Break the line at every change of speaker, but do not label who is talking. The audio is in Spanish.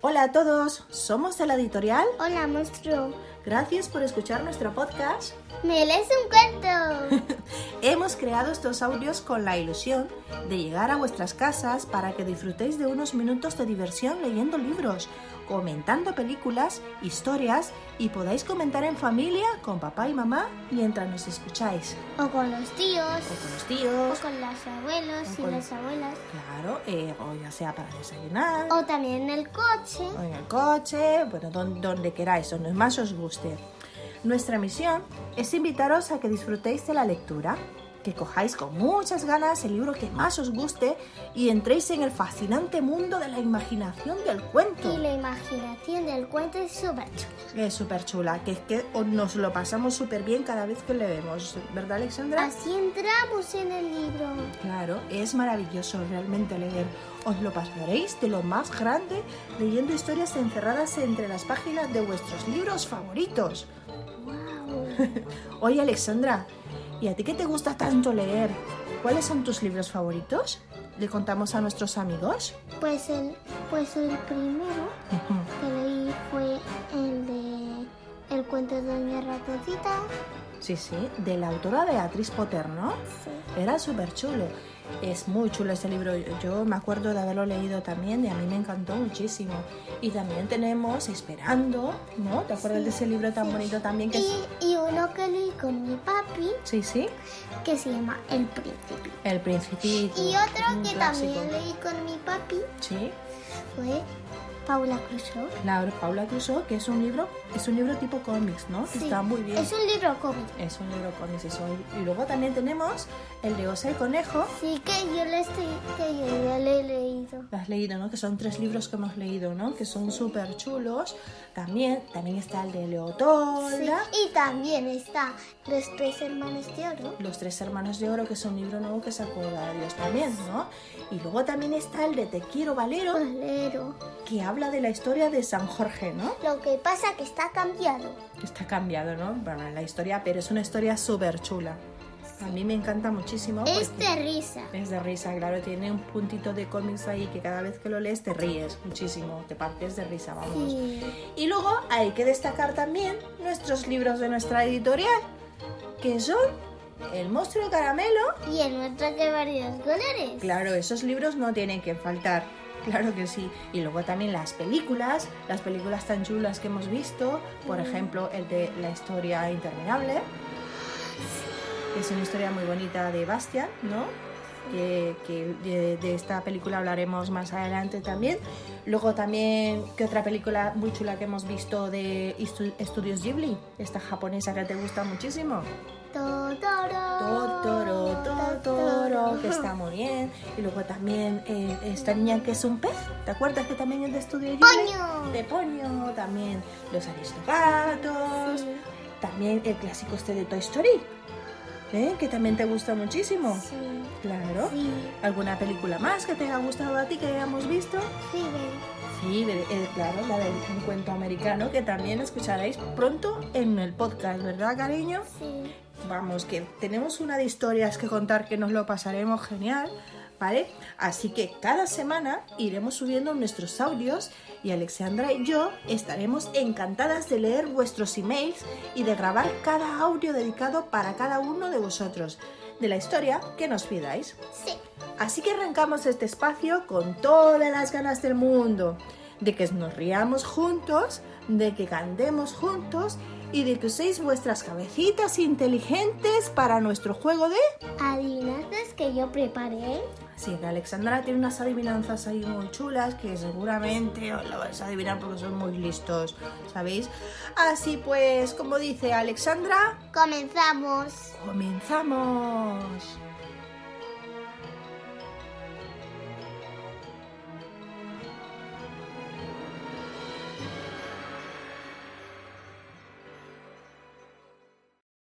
Hola a todos, somos de la editorial.
Hola, monstruo.
Gracias por escuchar nuestro podcast.
¡Me lees un cuento!
Hemos creado estos audios con la ilusión de llegar a vuestras casas para que disfrutéis de unos minutos de diversión leyendo libros, comentando películas, historias y podáis comentar en familia con papá y mamá mientras nos escucháis.
o con los tíos.
O con los
O
tíos,
con los abuelos
O
y
con-
las abuelas.
claro, eh, o ya sea para desayunar.
O también en el coche.
o en el coche, bueno, don- donde queráis, donde más os guste. Nuestra misión es invitaros a que disfrutéis de la lectura, que cojáis con muchas ganas el libro que más os guste y entréis en el fascinante mundo de la imaginación del
Y
cuento.
la imaginación del cuento es súper chula.
Es súper chula, que es que o- nos lo pasamos súper bien cada vez que leemos, ¿verdad Alexandra?
Así entramos en el libro.
Claro, es maravilloso realmente leer. Os lo pasaréis de lo más grande leyendo historias encerradas entre las páginas de vuestros libros favoritos.
¡Wow!
Oye, Alexandra, ¿y a ti qué te gusta tanto leer? ¿Cuáles son tus libros favoritos? ¿Le contamos a nuestros amigos?
Pues el, pues el primero que leí fue el de El cuento de Doña Ratoncita.
Sí, sí, de la autora Beatriz Potter, ¿no?
Sí.
Era súper chulo. Es muy chulo ese libro. Yo me acuerdo de haberlo leído también y a mí me encantó muchísimo. Y también tenemos Esperando, ¿no? ¿Te acuerdas de ese libro tan
sí.
bonito también que es...
Y, y uno que leí con mi papi
Sí, sí.
que se llama El Príncipe.
El Principito.
Y otro
un
que
clásico.
también leí con mi papi
Sí.
fue Paula Cruzó.
Laura Paula Crusoe, que es un libro, es un libro tipo cómics, ¿no? Que
Sí,
Está muy bien.
Es un libro cómic.
Es un libro con decisión. Y luego también tenemos el de Osa y Conejo.
Sí que yo lo estoy, que yo ya lo he leído.
Lo has leído, ¿no? Que son tres libros que hemos leído, ¿no? Que son súper chulos. También, también está el de
Sí,
Leotola.
y también está Los tres hermanos de oro.
Los tres hermanos de oro, que es un libro nuevo que sacó Dios también, ¿no? Y luego también está el de Te quiero Valero,
Valero.
que habla de la historia de San Jorge, ¿no?
Lo que pasa que está cambiado.
Que Está cambiado, ¿no? Bueno, la historia, pero es una historia súper chula. A mí me encanta muchísimo. porque-
Es de risa.
Es de risa, claro, tiene un puntito de cómics ahí que cada vez que lo lees te ríes muchísimo, te partes de risa, vamos.
Sí.
Y luego hay que destacar también nuestros libros de nuestra editorial, que son El monstruo de caramelo.
Y en otros de varios colores.
Claro, esos libros no tienen que faltar, claro que sí. Y luego también las películas, las películas tan chulas que hemos visto, por ejemplo, el de La historia interminable. Es una historia muy bonita de Bastian, ¿no? Que, que de, de esta película hablaremos más adelante también. Luego también, que otra película muy chula que hemos visto de Estu- Estudios Ghibli? Esta japonesa que te gusta muchísimo.
Totoro.
Totoro, Totoro, que está muy bien. Y luego también eh, esta niña que es un pez. ¿Te acuerdas que también es de Estudios Ghibli?
Coño.
De Ponyo, también los aristogatos.
Sí.
También el clásico este de Toy Story, ¿eh? que también te gusta muchísimo.
Sí.
Oh. Claro.
Sí.
¿Alguna película más que te haya gustado a ti que hayamos visto?
Sí, ven.
Sí, de- eh, claro, la del un cuento americano que también escucharéis pronto en el podcast, ¿verdad, cariño?
Sí.
Vamos, que tenemos una de historias que contar que nos lo pasaremos genial, ¿vale? Así que cada semana iremos subiendo nuestros audios y Alexandra y yo estaremos encantadas de leer vuestros emails y de grabar cada audio dedicado para cada uno de vosotros, de la historia que nos pidáis.
Sí.
Así que arrancamos este espacio con todas las ganas del mundo, de que nos riamos juntos, de que cantemos juntos y de que uséis vuestras cabecitas inteligentes para nuestro juego de...
Adivinanzas que yo preparé.
Así que Alexandra tiene unas adivinanzas ahí muy chulas que seguramente os lo vais a adivinar porque son muy listos, ¿sabéis? Así pues, como dice Alexandra,
Comenzamos.
comenzamos.